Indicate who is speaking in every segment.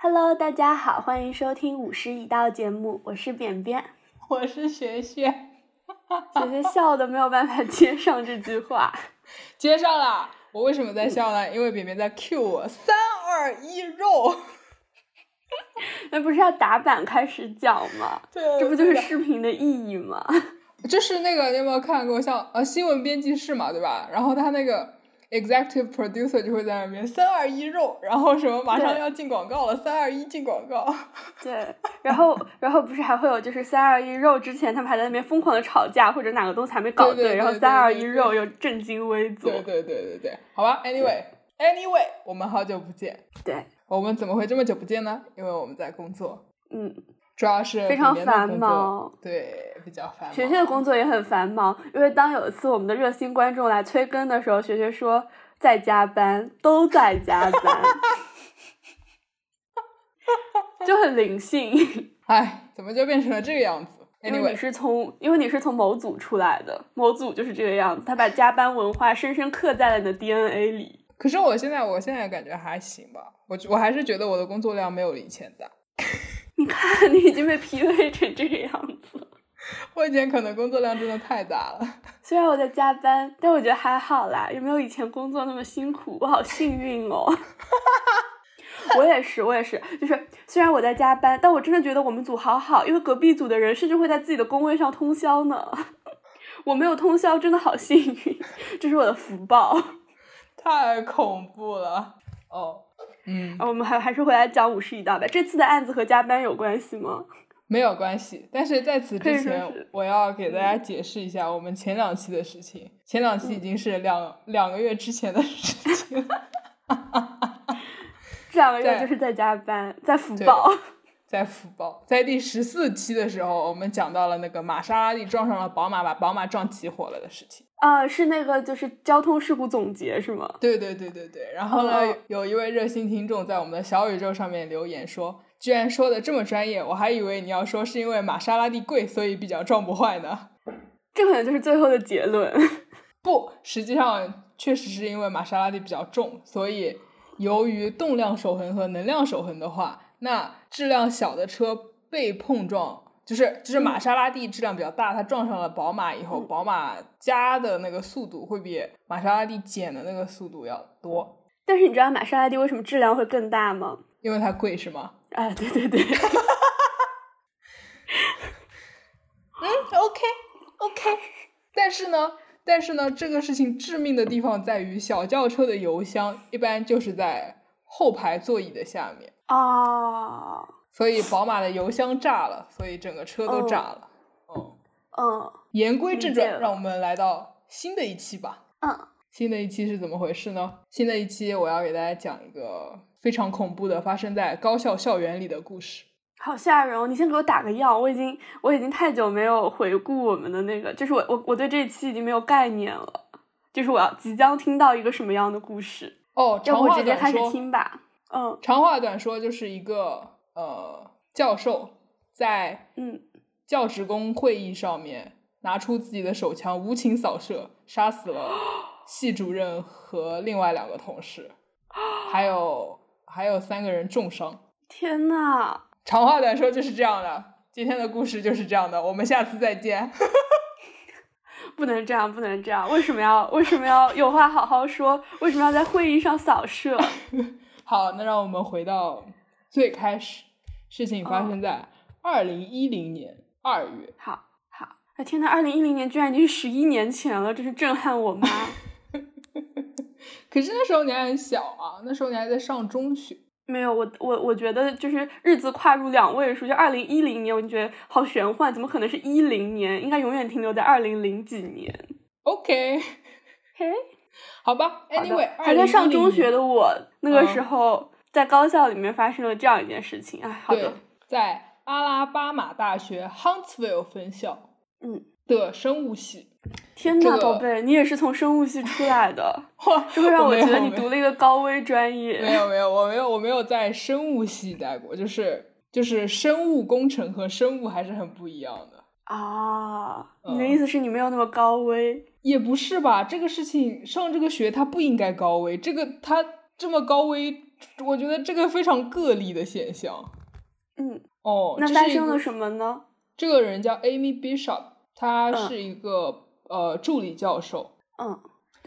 Speaker 1: Hello，大家好，欢迎收听《五十一道》节目，我是扁扁。
Speaker 2: 我是学学，
Speaker 1: 姐姐笑的没有办法接上这句话，
Speaker 2: 接上了。我为什么在笑呢？因为扁扁在 Q 我，三二一肉。
Speaker 1: 那不是要打板开始讲吗？
Speaker 2: 对，
Speaker 1: 这不就是视频的意义吗？
Speaker 2: 就是那个你有没有看过像呃新闻编辑室嘛，对吧？然后他那个 executive producer 就会在那边三二一肉，然后什么马上
Speaker 1: 对
Speaker 2: 要进广告了，三二一进广告。
Speaker 1: 对，然后然后不是还会有就是三二一肉之前他们还在那边疯狂的吵架，或者哪个东西还没搞
Speaker 2: 对对对
Speaker 1: 然后
Speaker 2: 对对
Speaker 1: 三二一
Speaker 2: 对
Speaker 1: 肉又震惊微足。
Speaker 2: 对对对对对，好吧，anyway anyway，我们好久不见。
Speaker 1: 对，
Speaker 2: 我们怎么会这么久不见呢？因为我们在工作，
Speaker 1: 嗯，
Speaker 2: 主要是
Speaker 1: 非常
Speaker 2: 扁扁的
Speaker 1: 繁
Speaker 2: 工作
Speaker 1: 忙，
Speaker 2: 对，比较繁忙。
Speaker 1: 学学的工作也很繁忙，因为当有一次我们的热心观众来催更的时候，学学说在加班，都在加班， 就很灵性。
Speaker 2: 哎，怎么就变成了这个样子
Speaker 1: 因为你
Speaker 2: ？Anyway，
Speaker 1: 是从因为你是从某组出来的，某组就是这个样子，他把加班文化深深刻在了你的 DNA 里。
Speaker 2: 可是我现在我现在感觉还行吧，我我还是觉得我的工作量没有以前大。
Speaker 1: 你看，你已经被 PUA 成这个样子了。
Speaker 2: 我以前可能工作量真的太大了，
Speaker 1: 虽然我在加班，但我觉得还好啦，也没有以前工作那么辛苦，我好幸运哦。 我也是，我也是，就是虽然我在加班，但我真的觉得我们组好好，因为隔壁组的人甚至会在自己的工位上通宵呢。 我没有通宵，真的好幸运，这是我的福报。
Speaker 2: 太恐怖了。哦，嗯，
Speaker 1: 啊我们还还是回来讲五十一道吧。这次的案子和加班有关系吗？
Speaker 2: 没有关系。但是在此
Speaker 1: 可以
Speaker 2: 之
Speaker 1: 说
Speaker 2: 前
Speaker 1: 是，嗯
Speaker 2: 我要给大家解释一下我们前两期的事情。前两期已经是两、两个月之前的事情了，
Speaker 1: 这两个月
Speaker 2: 对
Speaker 1: 就是在加班，在福报。
Speaker 2: 在福报，在第十四期的时候，我们讲到了那个玛莎拉蒂撞上了宝马，把宝马撞起火了的事情。
Speaker 1: 啊，是那个就是交通事故总结是吗？
Speaker 2: 对对对对对，然后呢，
Speaker 1: 哦哦
Speaker 2: 有一位热心听众在我们的小宇宙上面留言说，居然说的这么专业，我还以为你要说是因为玛莎拉蒂贵，所以比较撞不坏呢。
Speaker 1: 这可能就是最后的结论。
Speaker 2: 不，实际上确实是因为玛莎拉蒂比较重，所以由于动量守恒和能量守恒的话，那质量小的车被碰撞，就是就是玛莎拉蒂质量比较大，它撞上了宝马以后，
Speaker 1: 嗯
Speaker 2: 宝马加的那个速度会比玛莎拉蒂减的那个速度要多，
Speaker 1: 但是你知道玛莎拉蒂为什么质量会更大吗？
Speaker 2: 因为它贵是吗？
Speaker 1: 啊，对对 对，
Speaker 2: 嗯，OK OK。但是呢，但是呢，这个事情致命的地方在于，小轿车的油箱一般就是在后排座椅的下面，
Speaker 1: 哦，
Speaker 2: 所以宝马的油箱炸了，所以整个车都炸了。哦，
Speaker 1: 嗯
Speaker 2: 言归正
Speaker 1: 理解了
Speaker 2: 传，让我们来到新的一期吧。
Speaker 1: 嗯，
Speaker 2: 新的一期是怎么回事呢？新的一期我要给大家讲一个非常恐怖的发生在高校校园里的故事。
Speaker 1: 好吓人哦！你先给我打个样，我已经我已经太久没有回顾我们的那个，就是我我我对这一期已经没有概念了，就是我要即将听到一个什么样的故事，
Speaker 2: 哦，
Speaker 1: 要
Speaker 2: 长
Speaker 1: 不我
Speaker 2: 话
Speaker 1: 直接
Speaker 2: 短
Speaker 1: 开始
Speaker 2: 说
Speaker 1: 听吧。嗯
Speaker 2: 长话短说，就是一个呃教授在
Speaker 1: 嗯，
Speaker 2: 教职工会议上面拿出自己的手枪，无情扫射，杀死了系主任和另外两个同事，还有还有三个人重伤。
Speaker 1: 天呐，
Speaker 2: 长话短说就是这样的，今天的故事就是这样的，我们下次再见。
Speaker 1: 不能这样，不能这样！为什么要为什么要有话好好说？为什么要在会议上扫射？
Speaker 2: 好，那让我们回到最开始，事情发生在二零一零年二月。
Speaker 1: 好好，哎天呐，二零一零年居然已经是十一年前了，真是震撼我妈。
Speaker 2: 可是那时候你还很小啊，那时候你还在上中学。
Speaker 1: 没有，我我我觉得就是日子跨入两位数，就二零一零年，我就觉得好玄幻，怎么可能是一零年？应该永远停留在二零零几年。
Speaker 2: OK，
Speaker 1: 嘿，
Speaker 2: 好吧。
Speaker 1: 好的
Speaker 2: Anyway，
Speaker 1: 还在上中学
Speaker 2: 的。
Speaker 1: 的我，那个
Speaker 2: 嗯
Speaker 1: 时候在高校里面发生了这样一件事情。哎，好
Speaker 2: 对
Speaker 1: 的，，
Speaker 2: 在阿拉巴马大学 Huntsville 分校，
Speaker 1: 嗯
Speaker 2: 的生物系，
Speaker 1: 天呐，
Speaker 2: 这个
Speaker 1: 宝贝，你也是从生物系出来 的，
Speaker 2: 哇，
Speaker 1: 这会让
Speaker 2: 我
Speaker 1: 我
Speaker 2: 没有
Speaker 1: 觉得你
Speaker 2: 没有
Speaker 1: 读了一个高危专业。
Speaker 2: 没有没有，我没有我没有在生物系待过，就是就是生物工程和生物还是很不一样的。
Speaker 1: 啊，你的
Speaker 2: 嗯
Speaker 1: 意思是你没有那么高危？
Speaker 2: 也不是吧，这个事情上这个学它不应该高危，这个它这么高危，我觉得这个非常个例的现象。
Speaker 1: 嗯，
Speaker 2: 哦，
Speaker 1: 那
Speaker 2: 这
Speaker 1: 发
Speaker 2: 是一
Speaker 1: 生
Speaker 2: 个
Speaker 1: 了什么呢？
Speaker 2: 这个人叫 Amy Bishop，他
Speaker 1: 嗯
Speaker 2: 是一个、呃助理教授。
Speaker 1: 嗯，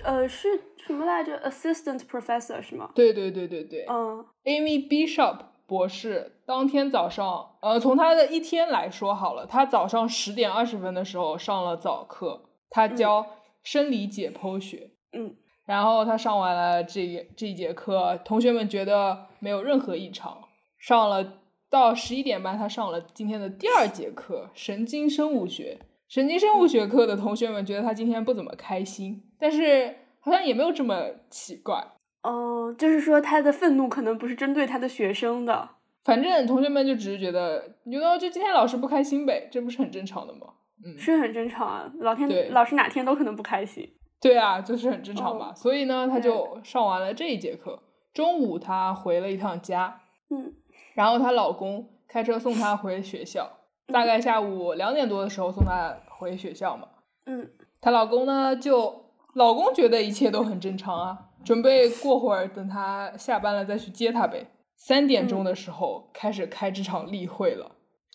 Speaker 1: 呃，是什么来着？Assistant Professor 是吗？
Speaker 2: 对对对对对、
Speaker 1: 嗯
Speaker 2: a m y Bishop 博士当天早上，呃，从他的一天来说好了，他早上十点二十分的时候上了早课，他教生理解剖学。
Speaker 1: 嗯
Speaker 2: 然后他上完了这这一节课，同学们觉得没有任何异常。上了到十一点半，他上了今天的第二节课——神经生物学。神经生物学课的同学们觉得他今天不怎么开心，但是好像也没有这么奇怪。
Speaker 1: 嗯，就是说他的愤怒可能不是针对他的学生的。
Speaker 2: 反正同学们就只是觉得，你觉得就今天老师不开心呗，这不是很正常的吗？嗯，
Speaker 1: 是很正常啊，老
Speaker 2: 对
Speaker 1: 天老师哪天都可能不开心。
Speaker 2: 对啊，就是很正常
Speaker 1: 哦
Speaker 2: 吧。所以呢，他就上完了这一节课。中午他回了一趟家，
Speaker 1: 嗯
Speaker 2: 然后她老公开车送她回学校，大概下午两点多的时候送她回学校嘛。
Speaker 1: 嗯
Speaker 2: 她老公呢就老公觉得一切都很正常啊，准备过会儿等她下班了再去接她呗。三点钟的时候开始开这场例会了，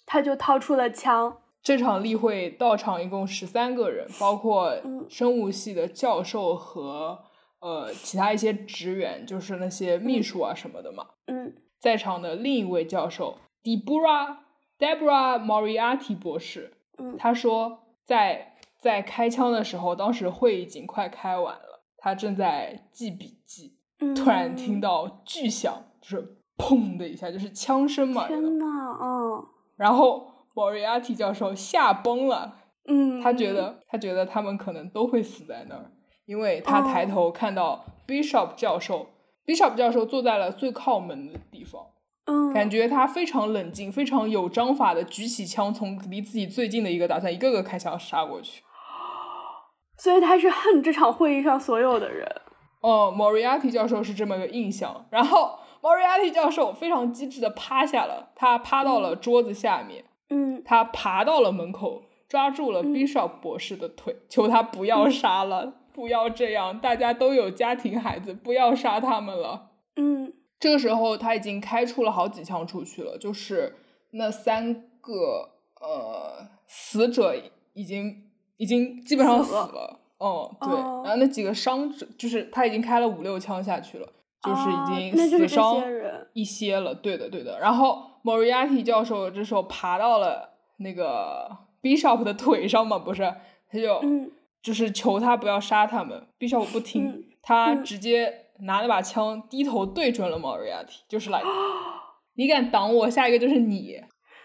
Speaker 1: 他就掏出了枪。
Speaker 2: 这场例会到场一共十三个人，包括
Speaker 1: 嗯
Speaker 2: 生物系的教授和呃其他一些职员，就是那些秘书啊什么的嘛。
Speaker 1: 嗯
Speaker 2: 在场的另一位教授 Deborah Deborah Moriarty 博士，
Speaker 1: 嗯
Speaker 2: 他说在在开枪的时候，当时会议已经快开完了，他正在记笔记，
Speaker 1: 嗯，
Speaker 2: 突然听。到巨响，就是砰的一下，就是枪声嘛。
Speaker 1: 天呐，嗯
Speaker 2: 然后 Moriarty 教授吓崩了，
Speaker 1: 嗯，
Speaker 2: 他觉得他觉得他们可能都会死在那儿，因为
Speaker 1: 哦
Speaker 2: 他抬头看到 Bishop 教授、Bishop 教授坐在了最靠门的地方。
Speaker 1: 嗯，
Speaker 2: 感觉他非常冷静、非常有章法的举起枪，从离自己最近的一个打算一个个开枪杀过去。
Speaker 1: 所以他是恨这场会议上所有的人。
Speaker 2: 哦，Moriarty 教授是这么个印象。然后 Moriarty 教授非常机智的趴下了，他趴到了桌子下面，
Speaker 1: 嗯
Speaker 2: 他爬到了门口，抓住了
Speaker 1: 嗯
Speaker 2: Bishop 博士的腿，求他不要杀了，不要这样，大家都有家庭孩子，不要杀他们了。
Speaker 1: 嗯
Speaker 2: 这个时候他已经开出了好几枪出去了，就是那三个呃死者已经已经基本上死
Speaker 1: 死了
Speaker 2: 了，哦、对，
Speaker 1: 哦
Speaker 2: 然后那几个伤者就是他已经开了五六枪下去了，就是
Speaker 1: 啊
Speaker 2: 已经
Speaker 1: 那就是
Speaker 2: 死
Speaker 1: 这
Speaker 2: 伤
Speaker 1: 些人
Speaker 2: 一些了，对的对的。然后 Moriarty 教授这时候爬到了那个 Bishop 的腿上嘛，不是，他就
Speaker 1: 嗯
Speaker 2: 就是求他不要杀他们。Bishop 不听，
Speaker 1: 嗯
Speaker 2: 他
Speaker 1: 嗯
Speaker 2: 直接拿那把枪低头对准了 Moriarty，就是
Speaker 1: 啊
Speaker 2: 来、你敢挡我，下一个就是你。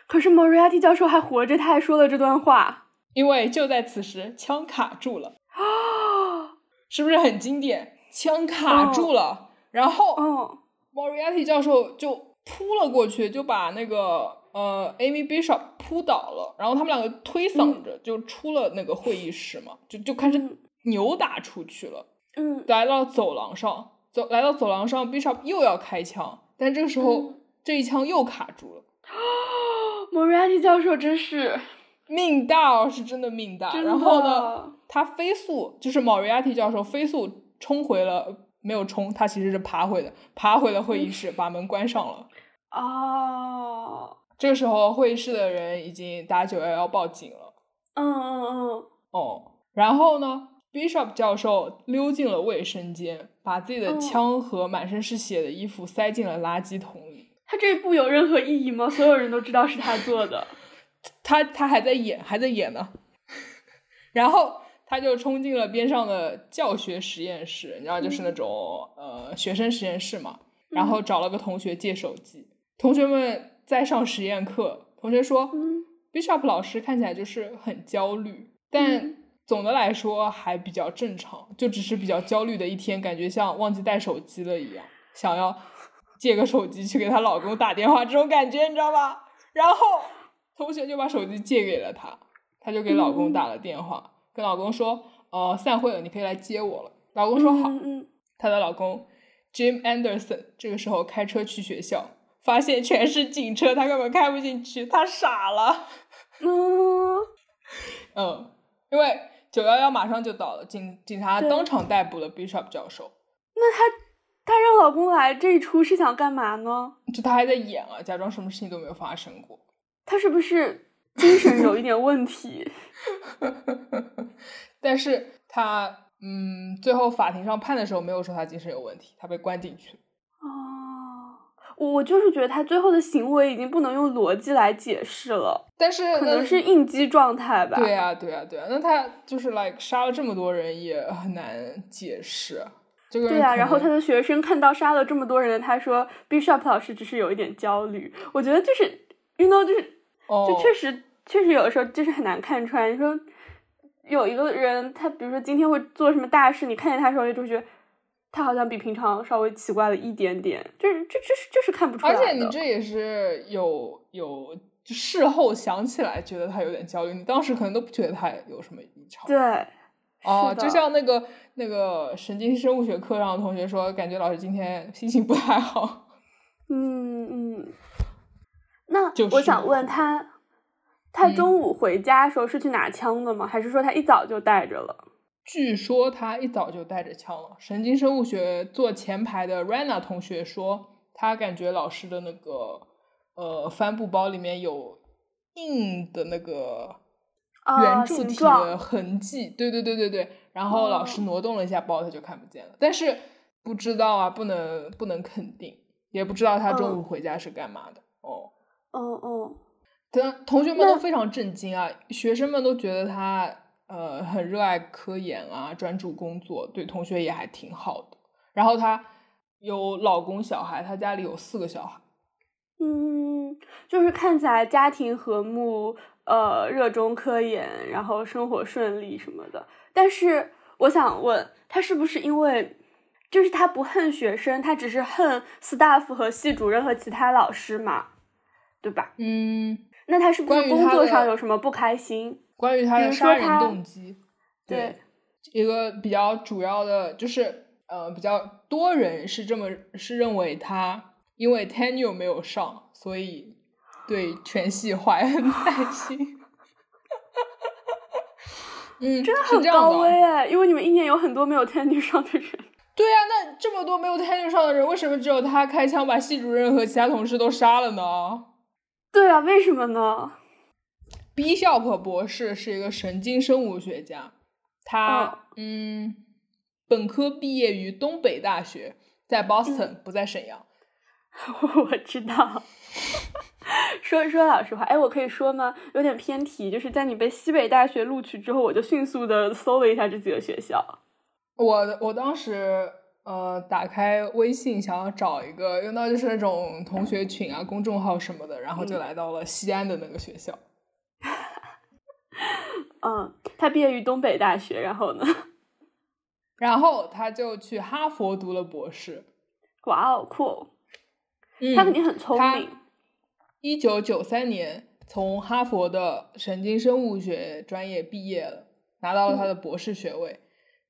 Speaker 1: 可是 Moriarty 教授还活着，他还说了这段话。
Speaker 2: 因为就在此时，枪卡住了，
Speaker 1: 啊，嗯
Speaker 2: 是不是很经典？枪卡住了，然后
Speaker 1: 哦，
Speaker 2: Moriarty 教授就扑了过去，就把那个呃 Amy Bishop 扑倒了，然后他们两个推搡着、就出了那个会议室嘛，就就开始
Speaker 1: 嗯
Speaker 2: 扭打出去了，
Speaker 1: 嗯
Speaker 2: 来到走廊上，走来到走廊上，Bishop 又要开枪，但这个时候、
Speaker 1: 嗯
Speaker 2: 这一枪又卡住了，
Speaker 1: ，Moriarty 教授真是，
Speaker 2: 命大哦，是真的命大。
Speaker 1: 真的
Speaker 2: 然后呢，他飞速就是 Moriarty 教授飞速冲回了，呃没有冲，他其实是爬回的，爬回了会议室，把门关上了。
Speaker 1: 哦，
Speaker 2: 这个时候，会议室的人已经打九幺幺报警了。
Speaker 1: 嗯嗯
Speaker 2: 哦，然后呢，Bishop 教授溜进了卫生间，把自己的
Speaker 1: 嗯
Speaker 2: 枪和满身是血的衣服塞进了垃圾桶
Speaker 1: 嗯，
Speaker 2: 里。
Speaker 1: 他这一步有任何意义吗？所有人都知道是他做的。
Speaker 2: 他他还在演，还在演呢。 然后他就冲进了边上的教学实验室，你知道，就是那种、呃学生实验室嘛。
Speaker 1: 嗯
Speaker 2: 然后找了个同学借手机，同学们在上实验课，同学说、
Speaker 1: 嗯
Speaker 2: b i s h o p 老师看起来就是很焦虑，但
Speaker 1: 嗯
Speaker 2: 总的来说还比较正常，就只是比较焦虑的一天，感觉像忘记带手机了一样，想要借个手机去给她老公打电话，这种感觉你知道吧？然后同学就把手机借给了她，她就给老公
Speaker 1: 嗯
Speaker 2: 打了电话，跟老公说：“呃，散会了，你可以来接我了。”老公说：“好。
Speaker 1: 嗯嗯，
Speaker 2: 她的老公 Jim Anderson 这个时候开车去学校，发现全是警车，他根本开不进去，他傻了。
Speaker 1: 嗯
Speaker 2: 嗯，因为九幺幺马上就到了，警警察
Speaker 1: 对
Speaker 2: 当场逮捕了 Bishop 教授。
Speaker 1: 她让老公来这一出是想干嘛呢？
Speaker 2: 就他还在演啊，假装什么事情都没有发生过。
Speaker 1: 她是不是精神有一点问题？
Speaker 2: 但是他，嗯，最后法庭上判的时候没有说他精神有问题，他被关进去了。
Speaker 1: 哦，我我就是觉得她最后的行为已经不能用逻辑来解释了，
Speaker 2: 但是
Speaker 1: 可
Speaker 2: 那
Speaker 1: 能是应激状态吧。
Speaker 2: 对呀、对呀、对呀、啊那他就是 like 杀了这么多人也很难解释。啊这个人
Speaker 1: 对呀、
Speaker 2: 可
Speaker 1: 然后
Speaker 2: 能
Speaker 1: 他的学生看到杀了这么多人，他说 Bishop 老师只是有一点焦虑。我觉得就是运动就是
Speaker 2: 哦，
Speaker 1: 就确实确实有的时候就是很难看穿。你说有一个人，他比如说今天会做什么大事，你看见他的时候就觉得他好像比平常稍微奇怪了一点点，就是这这是就是看不出来
Speaker 2: 而
Speaker 1: 的。
Speaker 2: 且你这也是有有就事后想起来觉得他有点焦虑，你当时可能都不觉得他有什么异常。
Speaker 1: 对
Speaker 2: 哦，
Speaker 1: 是
Speaker 2: 就
Speaker 1: 的
Speaker 2: 像那个那个神经生物学课上的同学说，感觉老师今天心情不太好。
Speaker 1: 嗯，嗯，那
Speaker 2: 就是
Speaker 1: 我想问他，他
Speaker 2: 嗯
Speaker 1: 中午回家的时候是去拿枪的吗？还是说他一早就带着了？
Speaker 2: 据说他一早就带着枪了。神经生物学坐前排的 Rana 同学说，他感觉老师的那个呃帆布包里面有硬的那个
Speaker 1: 啊，
Speaker 2: 圆柱
Speaker 1: 形
Speaker 2: 体的
Speaker 1: 状哦
Speaker 2: 痕迹，对对对对对。然后老师挪动了一下包，他就看不见了。但是不知道啊，不能不能肯定，也不知道他中午
Speaker 1: 嗯
Speaker 2: 回家是干嘛的、哦。
Speaker 1: 嗯嗯，
Speaker 2: 同啊同学们都
Speaker 1: 那
Speaker 2: 非常震惊啊，学生们都觉得他呃很热爱科研啊，专注工作，对同学也还挺好的。然后他有老公小孩，他家里有四个小孩，
Speaker 1: 嗯，就是看起来家庭和睦，呃，热衷科研，然后生活顺利什么的。但是我想问，他是不是因为，就是他不恨学生，他只是恨 staff 和系主任和其他老师嘛，对吧？
Speaker 2: 嗯，
Speaker 1: 那他是不
Speaker 2: 关
Speaker 1: 是
Speaker 2: 于
Speaker 1: 工
Speaker 2: 他
Speaker 1: 作
Speaker 2: 的
Speaker 1: 上有什么不开心？
Speaker 2: 关于他
Speaker 1: 比
Speaker 2: 的
Speaker 1: 如
Speaker 2: 杀
Speaker 1: 说
Speaker 2: 人
Speaker 1: 他
Speaker 2: 动机，
Speaker 1: 对，
Speaker 2: 一个比较主要的就是呃比较多人是这么是认为他因为 tenure 没有上，所以对全系怀恨在心。嗯，
Speaker 1: 真的
Speaker 2: 是
Speaker 1: 很
Speaker 2: 这样
Speaker 1: 高
Speaker 2: 的
Speaker 1: 危哎，因为你们一年有很多没有天女上的人。
Speaker 2: 对呀、那这么多没有 tenure 上的人，为什么只有他开枪把系主任和其他同事都杀了呢？
Speaker 1: 对啊，为什么呢？
Speaker 2: Bishop 博士是一个神经生物学家，他嗯，本科毕业于东北大学，在 Boston，、不在沈阳。
Speaker 1: 我知道。说说老实话，哎，我可以说吗？有点偏题，就是在你被西北大学录取之后，我就迅速的搜了一下这几个学校。
Speaker 2: 我我当时呃打开微信想要找一个用到就是那种同学群啊、公众号什么的，然后就
Speaker 1: 嗯
Speaker 2: 来到了西安的那个学校。
Speaker 1: 嗯，他毕业于东北大学，然后呢？
Speaker 2: 然后他就去哈佛读了博士，
Speaker 1: 哇哦，酷！
Speaker 2: 嗯
Speaker 1: 他肯定很聪
Speaker 2: 他
Speaker 1: 明。
Speaker 2: 一九九三年从哈佛的神经生物学专业毕业了，拿到了他的博士学位。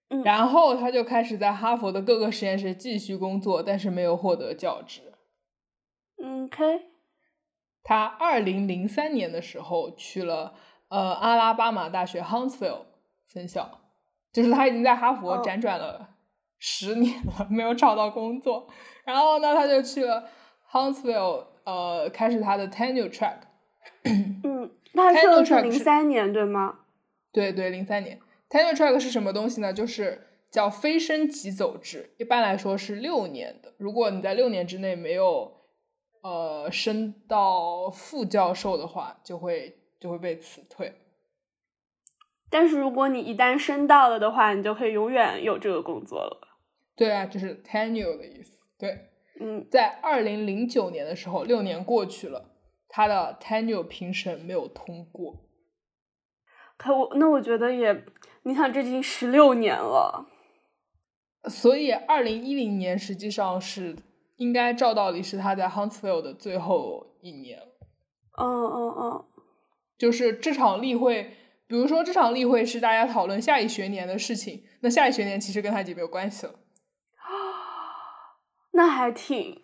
Speaker 1: 嗯
Speaker 2: 然后他就开始在哈佛的各个实验室继续工作，但是没有获得教职。
Speaker 1: 嗯，K，
Speaker 2: 他二零零三年的时候去了呃阿拉巴马大学 Huntsville 分校，就是他已经在哈佛
Speaker 1: 哦
Speaker 2: 辗转了十年了， 没有找到工作。然后呢，他就去了 Huntsville，呃，开始他的 tenure track。
Speaker 1: 嗯，那他
Speaker 2: 他
Speaker 1: 说
Speaker 2: 入
Speaker 1: 的是
Speaker 2: 场
Speaker 1: 零
Speaker 2: 是
Speaker 1: 三年对吗？
Speaker 2: 对对，零三年 tenure track 是什么东西呢？就是叫非升即走制，一般来说是六年的。如果你在六年之内没有呃升到副教授的话，就会就会被辞退。
Speaker 1: 但是如果你一旦升到了的话，你就可以永远有这个工作了。
Speaker 2: 对啊，就是 tenure 的意思。对，
Speaker 1: 嗯，
Speaker 2: 在二零零九年的时候，六年过去了，他的 tenure 评审没有通过。
Speaker 1: 可我那我觉得也，你想这已经十六年了，
Speaker 2: 所以，二零一零年实际上是应该照道理是他在 Huntsville 的最后一年，
Speaker 1: 嗯嗯嗯，
Speaker 2: 就是这场例会，比如说这场例会是大家讨论下一学年的事情，那下一学年其实跟他已经没有关系了。
Speaker 1: 那还挺。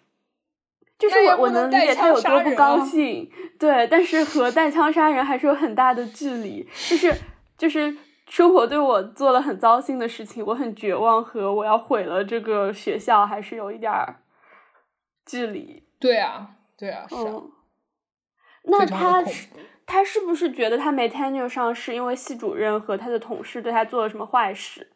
Speaker 1: 就是
Speaker 2: 那也
Speaker 1: 我
Speaker 2: 不
Speaker 1: 我
Speaker 2: 能
Speaker 1: 能理
Speaker 2: 带
Speaker 1: 解他
Speaker 2: 枪
Speaker 1: 有
Speaker 2: 杀
Speaker 1: 多不
Speaker 2: 人
Speaker 1: 高
Speaker 2: 啊
Speaker 1: 兴，对，但是和带枪杀人还是有很大的距离，就是就是生活对我做了很糟心的事情，我很绝望和我要毁了这个学校还是有一点儿距离。
Speaker 2: 对啊，对啊，是啊，
Speaker 1: 嗯，那
Speaker 2: 非常的
Speaker 1: 他
Speaker 2: 恐
Speaker 1: 是
Speaker 2: 怖
Speaker 1: 他是不是觉得他没 tenure 上是因为系主任和他的同事对他做了什么坏事？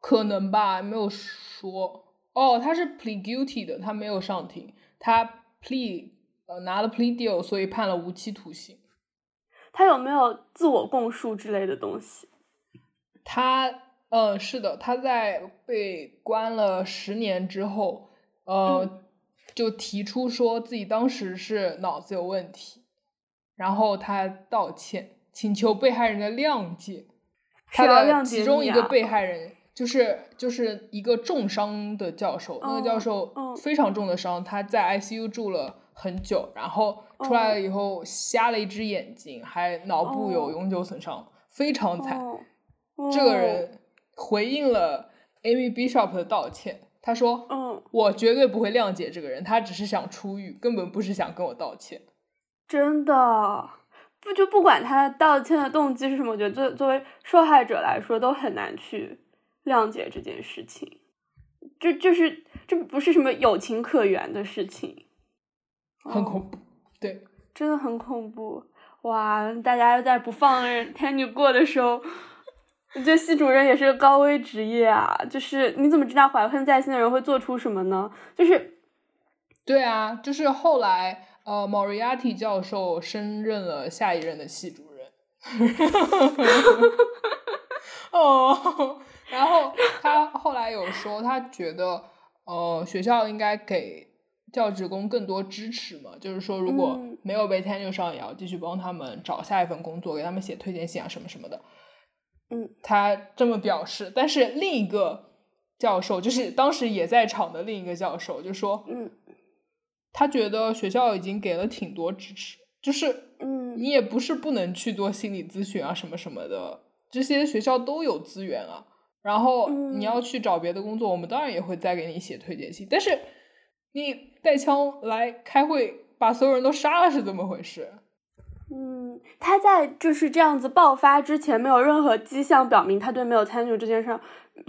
Speaker 2: 可能吧，没有说。哦，他是 plead guilty 的，他没有上庭，他 plea 呃拿了 plea deal，所以判了无期徒刑。
Speaker 1: 他有没有自我供述之类的东西？
Speaker 2: 他呃是的，他在被关了十年之后，呃、
Speaker 1: 嗯
Speaker 2: 就提出说自己当时是脑子有问题，然后他道歉，请求被害人的谅解。他
Speaker 1: 谁要谅
Speaker 2: 的
Speaker 1: 解
Speaker 2: 其中
Speaker 1: 你
Speaker 2: 一个
Speaker 1: 啊
Speaker 2: 被害人就是就是一个重伤的教授，那个教
Speaker 1: 哦
Speaker 2: 授
Speaker 1: 嗯
Speaker 2: 非常重的伤，他在 ICU 住了很久，然后出来了以后瞎了一只眼睛，还脑部有
Speaker 1: 哦
Speaker 2: 永久损伤，非常惨。
Speaker 1: 哦，
Speaker 2: 这个
Speaker 1: 哦，
Speaker 2: 人回应了 Amy Bishop 的道歉，他说：“
Speaker 1: 嗯，
Speaker 2: 我绝对不会谅解这个人，他只是想出狱，根本不是想跟我道歉。
Speaker 1: 真的。不就不管他道歉的动机是什么，我觉得作作为受害者来说都很难去谅解这件事情，这就是这不是什么有情可原的事情，
Speaker 2: 很
Speaker 1: 怖。
Speaker 2: 恐怖。对，
Speaker 1: 真的很恐怖哇！大家在不放任 tenure 过的时候，我觉得系主任也是个高危职业啊。就是你怎么知道怀恨在心的人会做出什么呢？就是
Speaker 2: 对啊，就是后来呃，Moriarty 教授升任了下一任的系主任。 哦，然后他后来有说，他觉得呃，学校应该给教职工更多支持嘛，就是说如果
Speaker 1: 嗯
Speaker 2: 没有被 tenure 上，也要继续帮他们找下一份工作，给他们写推荐信啊什么什么的。
Speaker 1: 嗯，
Speaker 2: 他这么表示，但是另一个教授，就是当时也在场的另一个教授，就说，
Speaker 1: 嗯
Speaker 2: 他觉得学校已经给了挺多支持，就是
Speaker 1: 嗯
Speaker 2: 你也不是不能去做心理咨询啊什么什么的，这些学校都有资源啊。然后
Speaker 1: 嗯
Speaker 2: 你要去找别的工作，我们当然也会再给你写推荐信，但是你带枪来开会，把所有人都杀了是怎么回事？
Speaker 1: 嗯，他在就是这样子爆发之前，没有任何迹象表明他对没有 tenure 这件事儿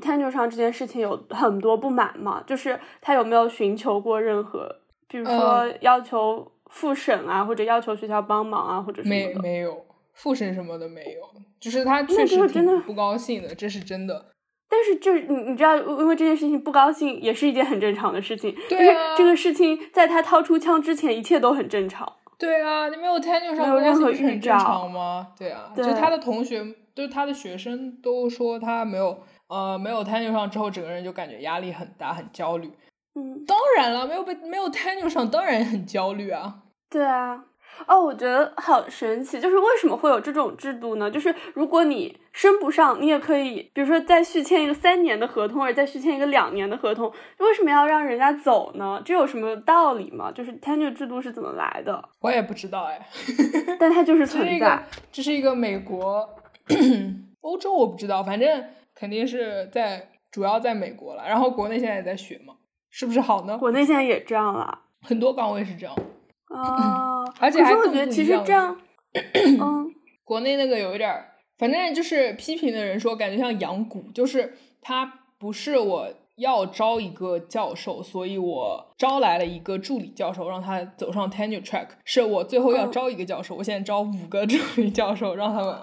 Speaker 1: tenure 上这件事情有很多不满嘛？就是他有没有寻求过任何，比如说
Speaker 2: 嗯
Speaker 1: 要求复审啊，或者要求学校帮忙啊，或者什么
Speaker 2: 没
Speaker 1: 的？
Speaker 2: 没有复审什么的没有，就是他
Speaker 1: 那
Speaker 2: 确
Speaker 1: 这
Speaker 2: 实
Speaker 1: 个真的
Speaker 2: 挺不高兴的，这是真的。
Speaker 1: 但是就是你你知道，因为这件事情不高兴也是一件很正常的事情。就
Speaker 2: 对
Speaker 1: 是
Speaker 2: 啊
Speaker 1: 这个事情在他掏出枪之前，一切都很正常。
Speaker 2: 对啊，你没有 tenure
Speaker 1: 没
Speaker 2: 上
Speaker 1: 有
Speaker 2: 不高
Speaker 1: 任
Speaker 2: 兴
Speaker 1: 何
Speaker 2: 不是很
Speaker 1: 预
Speaker 2: 正
Speaker 1: 兆
Speaker 2: 常吗？对啊，就
Speaker 1: 对
Speaker 2: 他的同学，就是他的学生都说他没有呃没有 tenure 上之后，整个人就感觉压力很大，很焦虑。
Speaker 1: 嗯，
Speaker 2: 当然了，没有被没有 tenure 上当然很焦虑啊。
Speaker 1: 对啊。哦，我觉得好神奇，就是为什么会有这种制度呢？就是如果你升不上，你也可以，比如说再续签一个三年的合同，或者再续签一个两年的合同，为什么要让人家走呢？这有什么道理吗？就是 tenure 制度是怎么来的？
Speaker 2: 我也不知道哎，
Speaker 1: 但它就是
Speaker 2: 这是
Speaker 1: 存
Speaker 2: 一个
Speaker 1: 在。
Speaker 2: 这是一个美国欧洲我不知道，反正肯定是在主要在美国了，然后国内现在也在学嘛，是不是好呢？
Speaker 1: 国内现在也这样 了
Speaker 2: 很多岗位是这样。
Speaker 1: 啊，
Speaker 2: 而且
Speaker 1: 可
Speaker 2: 还
Speaker 1: 是我
Speaker 2: 更
Speaker 1: 觉得
Speaker 2: 不
Speaker 1: 其
Speaker 2: 一
Speaker 1: 实
Speaker 2: 样
Speaker 1: 这样，嗯。
Speaker 2: 国内那个有一点儿，反正就是批评的人说，感觉像养蛊，就是他不是我要招一个教授，所以我招来了一个助理教授，让他走上 tenure track，是我最后要
Speaker 1: 嗯
Speaker 2: 招一个教授，我现在招五个 助理教授，让他们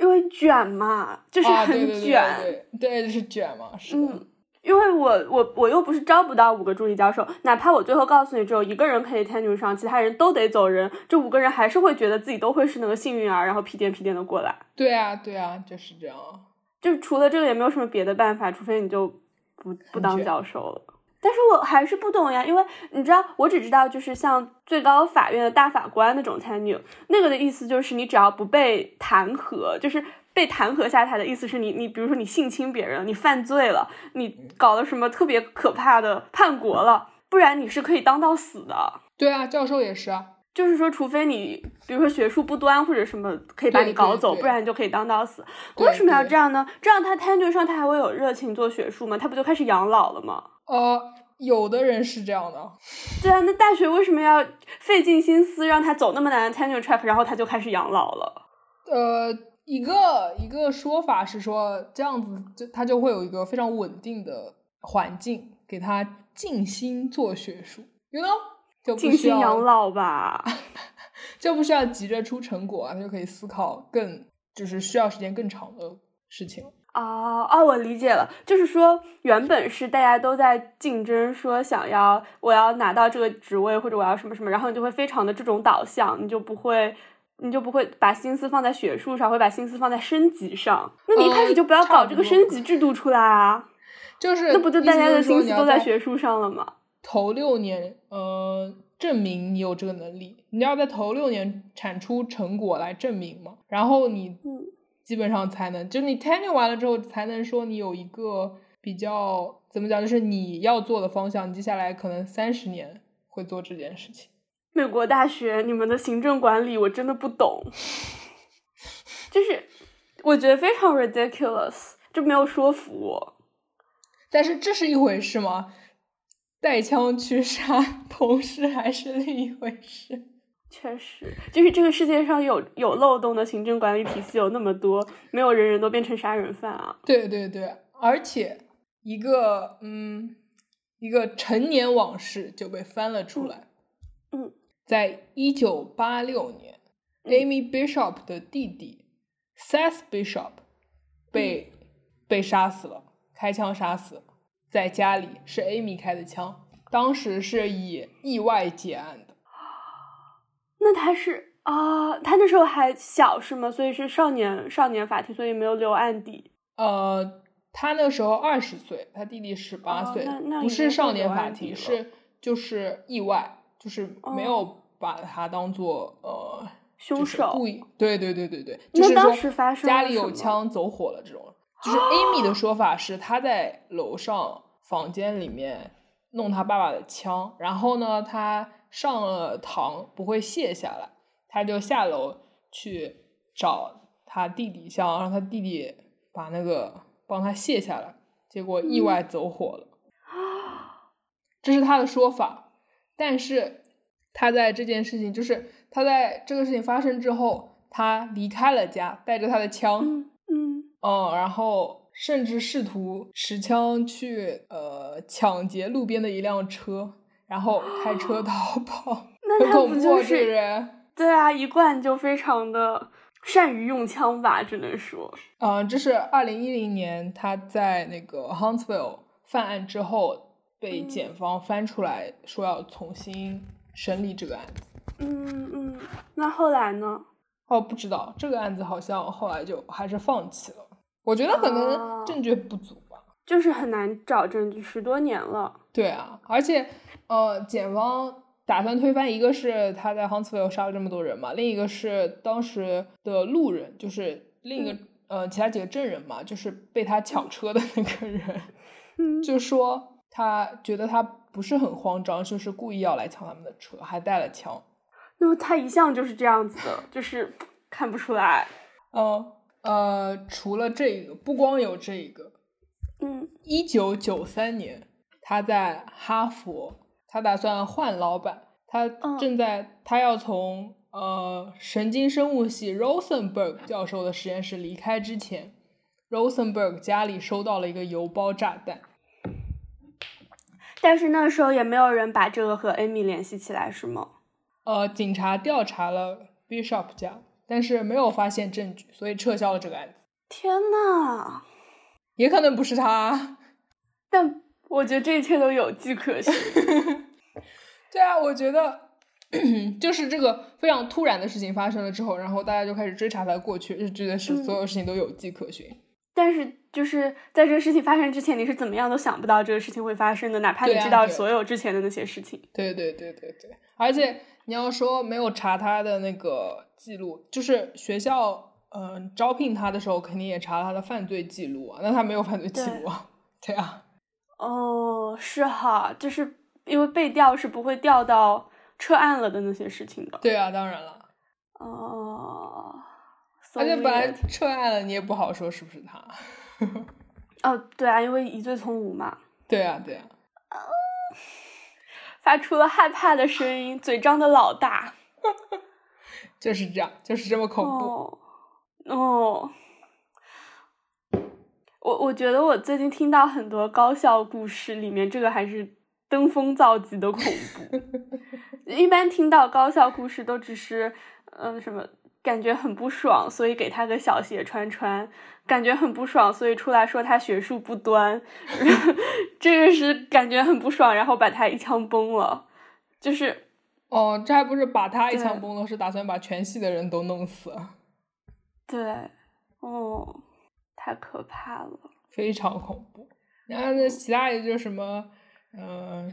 Speaker 1: 因为卷嘛，就是
Speaker 2: 啊，
Speaker 1: 很
Speaker 2: 对对对
Speaker 1: 卷。
Speaker 2: 对对，对就是卷嘛，是的，
Speaker 1: 嗯，因为我我我又不是招不到五个助理教授，哪怕我最后告诉你只有一个人可以 tenure 上，其他人都得走人，这五个人还是会觉得自己都会是那个幸运儿，然后屁颠屁颠的过来。
Speaker 2: 对啊对啊，就是这样啊。
Speaker 1: 就是除了这个也没有什么别的办法，除非你就不不当
Speaker 2: 卷
Speaker 1: 教授了。但是我还是不懂呀，因为你知道，我只知道就是像最高法院的大法官那种 tenure，那个的意思就是你只要不被弹劾，就是被弹劾下台的意思是你你比如说你性侵别人，你犯罪了，你搞了什么特别可怕的叛国了，不然你是可以当到死的。
Speaker 2: 对啊，教授也是啊，
Speaker 1: 就是说，除非你比如说学术不端或者什么，可以把
Speaker 2: 对
Speaker 1: 你搞
Speaker 2: 对
Speaker 1: 走，
Speaker 2: 对
Speaker 1: 不然你就可以当到死。
Speaker 2: 对
Speaker 1: 为什么要
Speaker 2: 对
Speaker 1: 这样呢？这样他 tenure 上他还会有热情做学术吗？他不就开始养老了吗？
Speaker 2: 呃，有的人是这样的，
Speaker 1: 对啊，那大学为什么要费尽心思让他走那么难的 tenure track，然后他就开始养老了？
Speaker 2: 呃，一个一个说法是说，这样子就他就会有一个非常稳定的环境，给他静心做学术，you know，就不
Speaker 1: 静
Speaker 2: 需
Speaker 1: 心
Speaker 2: 要
Speaker 1: 养老吧。
Speaker 2: 就不需要急着出成果啊，他就可以思考更就是需要时间更长的事情。
Speaker 1: 哦哦，我理解了，就是说原本是大家都在竞争，说想要我要拿到这个职位或者我要什么什么，然后你就会非常的这种导向，你就不会。你就不会把心思放在学术上，会把心思放在升级上。那你一开始就不要
Speaker 2: 嗯差
Speaker 1: 搞
Speaker 2: 不
Speaker 1: 这个
Speaker 2: 多
Speaker 1: 升级制度出来啊！
Speaker 2: 就是
Speaker 1: 那不就
Speaker 2: 意
Speaker 1: 大
Speaker 2: 思
Speaker 1: 家
Speaker 2: 就
Speaker 1: 的
Speaker 2: 是说
Speaker 1: 心思
Speaker 2: 你要
Speaker 1: 都在
Speaker 2: 在
Speaker 1: 学术上了吗？
Speaker 2: 头六年，呃，证明你有这个能力，你要在头六年产出成果来证明嘛，然后你
Speaker 1: 嗯
Speaker 2: 基本上才能，就是你 tenure 完了之后，才能说你有一个比较怎么讲，就是你要做的方向，你接下来可能三十年会做这件事情。
Speaker 1: 美国大学，你们的行政管理我真的不懂，就是我觉得非常 ridiculous，就没有说服我。
Speaker 2: 但是这是一回事吗？带枪去杀 同事还是另一回事。
Speaker 1: 确实，就是这个世界上有有漏洞的行政管理体系有那么多，没有人人都变成杀人犯啊！
Speaker 2: 对对对，而且一个嗯，一个陈年往事就被翻了出来。
Speaker 1: 嗯嗯
Speaker 2: 在一九八六年、
Speaker 1: 嗯
Speaker 2: a m y Bishop 的弟弟 Seth Bishop 被、
Speaker 1: 嗯
Speaker 2: 被杀死了，开枪杀死了，在家里是 Amy 开的枪，当时是以意外结案的。
Speaker 1: 那他是啊，他那时候还小是吗？所以是少年少年法庭，所以没有留案底。
Speaker 2: 呃，他那时候二十岁，他弟弟十八
Speaker 1: 哦
Speaker 2: 岁，
Speaker 1: 那那
Speaker 2: 不
Speaker 1: 已
Speaker 2: 是
Speaker 1: 经
Speaker 2: 少
Speaker 1: 会
Speaker 2: 年
Speaker 1: 有
Speaker 2: 法
Speaker 1: 案底
Speaker 2: 庭，
Speaker 1: 了
Speaker 2: 是就是意外，就是没
Speaker 1: 哦
Speaker 2: 有把他当做呃
Speaker 1: 凶
Speaker 2: 就是
Speaker 1: 手
Speaker 2: 故意。对对对对对，就是
Speaker 1: 那当
Speaker 2: 说
Speaker 1: 时发生
Speaker 2: 家
Speaker 1: 了
Speaker 2: 里
Speaker 1: 什
Speaker 2: 有
Speaker 1: 么哦
Speaker 2: 枪走火了这种。就是 Amy 的说法是，他在楼上房间里面弄他爸爸的枪，然后呢，他上了膛不会卸下来，他就下楼去找他弟弟，想让他弟弟把那个帮他卸下来，结果
Speaker 1: 嗯
Speaker 2: 意外走火了，这是他的说法。但是他在这件事情，就是他在这个事情发生之后，他离开了家，带着他的枪，
Speaker 1: 嗯嗯，
Speaker 2: 嗯，然后甚至试图持枪去呃抢劫路边的一辆车，然后开车逃跑，
Speaker 1: 啊 那
Speaker 2: 很
Speaker 1: 他
Speaker 2: 恐
Speaker 1: 不
Speaker 2: 怖、啊
Speaker 1: 就
Speaker 2: 这个
Speaker 1: 是
Speaker 2: 人。
Speaker 1: 对啊？一贯就非常的善于用枪吧，只能说
Speaker 2: 嗯、这是二零一零年他在那个 Huntsville 犯案之后被
Speaker 1: 嗯
Speaker 2: 检方翻出来说要重新审理这个案子。
Speaker 1: 嗯嗯。那后来呢？
Speaker 2: 哦，不知道这个案子好像后来就还是放弃了。我觉得可
Speaker 1: 啊
Speaker 2: 能证据不足吧。
Speaker 1: 就是很难找证据，十多年了。
Speaker 2: 对啊，而且呃，检方打算推翻，一个是他在 Huntsville 杀了这么多人嘛，另一个是当时的路人，就是另一个、呃其他几个证人嘛，就是被他抢车的那个人，
Speaker 1: 嗯，
Speaker 2: 就说他觉得他不是很慌张，就是故意要来抢他们的车，还带了枪。
Speaker 1: 那么他一向就是这样子的，就是看不出来。
Speaker 2: 呃呃，除了这个，不光有这个，
Speaker 1: 嗯
Speaker 2: 一九九三年，他在哈佛，他打算换老板，他
Speaker 1: 嗯
Speaker 2: 正在、他要从呃神经生物系 Rosenberg 教授的实验室离开之前，Rosenberg 家里收到了一个邮包炸弹，
Speaker 1: 但是那时候也没有人把这个和 Amy 联系起来，是吗？
Speaker 2: 呃，警察调查了 Bishop 家，但是没有发现证据，所以撤销了这个案子。
Speaker 1: 天呐！
Speaker 2: 也可能不是他，啊
Speaker 1: 但我觉得这一切都有迹可循。
Speaker 2: 对啊，我觉得 就是这个非常突然的事情发生了之后，然后大家就开始追查他的过去，就觉得是
Speaker 1: 嗯
Speaker 2: 所有事情都有迹可循。
Speaker 1: 但是就是在这个事情发生之前，你是怎么样都想不到这个事情会发生的，哪怕你
Speaker 2: 对啊
Speaker 1: 知道
Speaker 2: 对
Speaker 1: 所有之前的那些事情。
Speaker 2: 对对对对对，而且你要说没有查他的那个记录，就是学校嗯、呃招聘他的时候肯定也查他的犯罪记录啊，那他没有犯罪记录啊， 对啊，
Speaker 1: 哦，是哈，就是因为被调是不会调到撤案了的那些事情的。
Speaker 2: 对啊，当然了，
Speaker 1: 哦，
Speaker 2: 而且
Speaker 1: so
Speaker 2: 本来
Speaker 1: weird
Speaker 2: 撤案了，你也不好说是不是他，
Speaker 1: 哦，对啊，因为疑罪从无嘛，
Speaker 2: 对啊对啊，
Speaker 1: 发出了害怕的声音，嘴张的老大。
Speaker 2: 就是这样，就是这么恐怖。
Speaker 1: 哦，哦，我我觉得我最近听到很多高校故事，里面这个还是登峰造极的恐怖。 一般听到高校故事都只是，嗯，什么感觉很不爽，所以给他个小鞋穿穿；感觉很不爽，所以出来说他学术不端。 这个是感觉很不爽，然后把他一枪崩了，就是。
Speaker 2: 哦，这还不是把他一枪
Speaker 1: 对
Speaker 2: 崩了，是打算把全系的人都弄死，
Speaker 1: 对，哦，太可怕了。
Speaker 2: 非常恐怖。然后呢，其他也就是什么，嗯、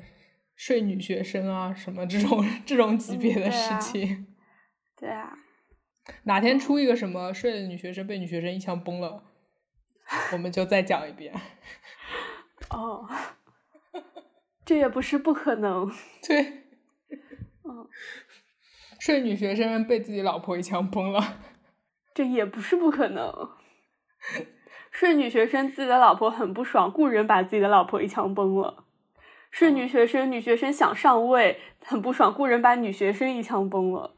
Speaker 2: 睡女学生啊，什么这种这种级
Speaker 1: 嗯
Speaker 2: 别的
Speaker 1: 对
Speaker 2: 事
Speaker 1: 啊
Speaker 2: 情。
Speaker 1: 对啊，
Speaker 2: 哪天出一个什么睡了女学生被女学生一枪崩了，我们就再讲一遍。
Speaker 1: 哦， 这也不是不可能。
Speaker 2: 对，
Speaker 1: 嗯，
Speaker 2: 睡女学生被自己老婆一枪崩了，
Speaker 1: 这也不是不可能。是女学生自己的老婆很不爽，故人把自己的老婆一枪崩了。是女学生，女学生想上位，很不爽，故人把女学生一枪崩了。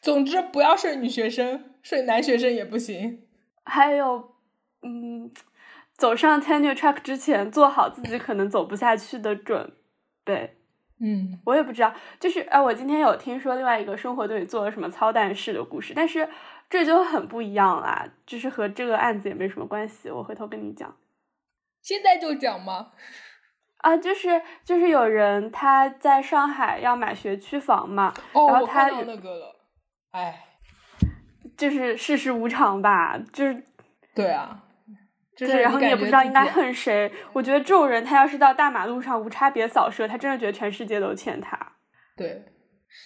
Speaker 2: 总之不要睡女学生，睡男学生也不行。
Speaker 1: 还有，嗯，走上 tenure track 之前，做好自己可能走不下去的准备。
Speaker 2: 嗯，
Speaker 1: 我也不知道，就是哎、我今天有听说另外一个生活对你做了什么操蛋事的故事，但是这就很不一样啦，就是和这个案子也没什么关系，我回头跟你讲
Speaker 2: 现在就讲嘛。
Speaker 1: 啊，就是就是有人他在上海要买学区房嘛，
Speaker 2: 哦，
Speaker 1: 然后
Speaker 2: 我
Speaker 1: 他
Speaker 2: 看到那个了。哎，
Speaker 1: 就是世事无常吧，就是
Speaker 2: 对啊，就是
Speaker 1: 对，然后你也
Speaker 2: 感
Speaker 1: 不
Speaker 2: 觉
Speaker 1: 知道
Speaker 2: 自
Speaker 1: 应该
Speaker 2: 己
Speaker 1: 恨谁，我觉得这种人他要是到大马路上无差别扫射，他真的觉得全世界都欠他，
Speaker 2: 对，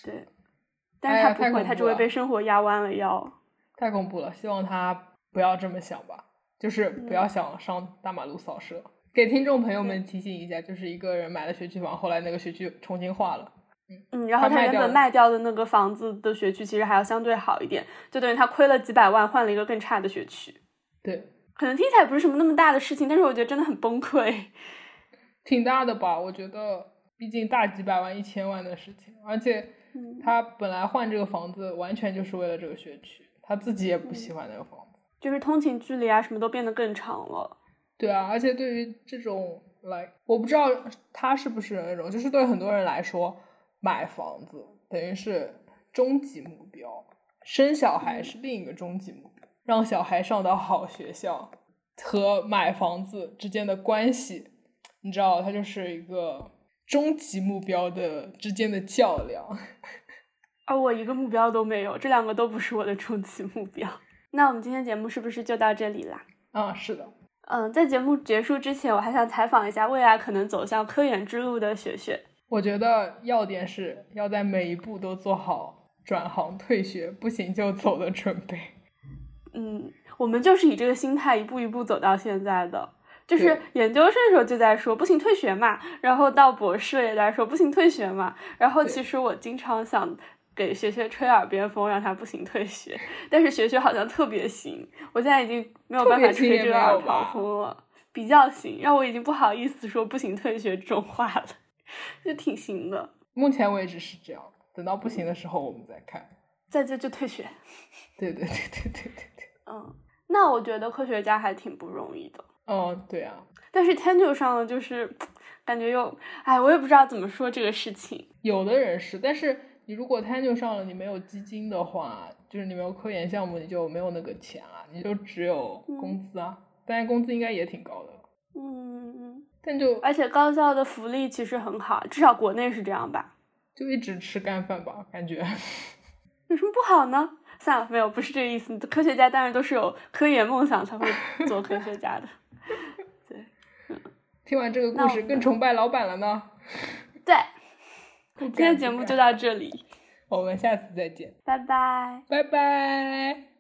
Speaker 1: 对，但是
Speaker 2: 哎呀
Speaker 1: 他不
Speaker 2: 太
Speaker 1: 会，
Speaker 2: 恐
Speaker 1: 他
Speaker 2: 怖
Speaker 1: 只会
Speaker 2: 了
Speaker 1: 被生活压弯了腰。
Speaker 2: 太恐怖了。希望他不要这么想吧，就是不要想上大马路扫射。给听众朋友们提醒一下，就是一个人买了学区房，后来那个学区重新划了。
Speaker 1: 嗯，然后他
Speaker 2: 他卖
Speaker 1: 原
Speaker 2: 掉
Speaker 1: 本
Speaker 2: 了
Speaker 1: 卖掉的那个房子的学区其实还要相对好一点，就等于他亏了几百万换了一个更差的学区。
Speaker 2: 对，
Speaker 1: 可能听起来不是什么那么大的事情，但是我觉得真的很崩溃。
Speaker 2: 挺大的吧？我觉得，毕竟大几百万、一千万的事情，而且
Speaker 1: 嗯，
Speaker 2: 他本来换这个房子完全就是为了这个学区，他自己也不喜欢那个房子。
Speaker 1: 就是通勤距离啊什么都变得更长了。
Speaker 2: 对啊，而且对于这种来，我不知道他是不是那种，就是对很多人来说，买房子等于是终极目标，生小孩是另一个终极目标，让小孩上到好学校和买房子之间的关系，你知道，它就是一个终极目标的之间的较量。
Speaker 1: 而我一个目标都没有，这两个都不是我的终极目标。那我们今天节目是不是就到这里啦？
Speaker 2: 啊、是的，
Speaker 1: 嗯，在节目结束之前，我还想采访一下未来可能走向科研之路的雪雪。
Speaker 2: 我觉得要点是要在每一步都做好转行退学，不行就走的准备。
Speaker 1: 嗯，我们就是以这个心态一步一步走到现在的。就是
Speaker 2: 对
Speaker 1: 研究生的时候就在说不行退学嘛，然后到博士也在说不行退学嘛，然后
Speaker 2: 对
Speaker 1: 其实我经常想给学学吹耳边风，让他不行退学，但是学学好像特别行，我现在已经没有办
Speaker 2: 特
Speaker 1: 法
Speaker 2: 别行
Speaker 1: 吹这个
Speaker 2: 也没有
Speaker 1: 耳
Speaker 2: 吧
Speaker 1: 旁风了，比较行，让我已经不好意思说不行退学这种话了，就挺行的，
Speaker 2: 目前为止是这样，等到不行的时候我们再看。
Speaker 1: 在这就退学，
Speaker 2: 对对对对对对对，
Speaker 1: 嗯，那我觉得科学家还挺不容易的。
Speaker 2: 哦，对啊，
Speaker 1: 但是 Tenjo 上呢，就是感觉又，哎，我也不知道怎么说这个事情。
Speaker 2: 有的人是，但是你如果 tenure 上了，你没有基金的话，就是你没有科研项目，你就没有那个钱啊，你就只有工资啊。但是工资应该也挺高的，
Speaker 1: 嗯，
Speaker 2: 但就
Speaker 1: 而且高校的福利其实很好，至少国内是这样吧？
Speaker 2: 就一直吃干饭吧，感觉。
Speaker 1: 有什么不好呢？算了，没有，不是这个意思。科学家当然都是有科研梦想才会做科学家的。
Speaker 2: 听完这个
Speaker 1: 那
Speaker 2: 故
Speaker 1: 我
Speaker 2: 事，
Speaker 1: 们
Speaker 2: 更崇拜老板了呢。
Speaker 1: 对，
Speaker 2: 不
Speaker 1: 今天
Speaker 2: 敢
Speaker 1: 节
Speaker 2: 不
Speaker 1: 目
Speaker 2: 敢
Speaker 1: 就到这里，
Speaker 2: 我们下次再见，
Speaker 1: 拜拜。
Speaker 2: 拜拜。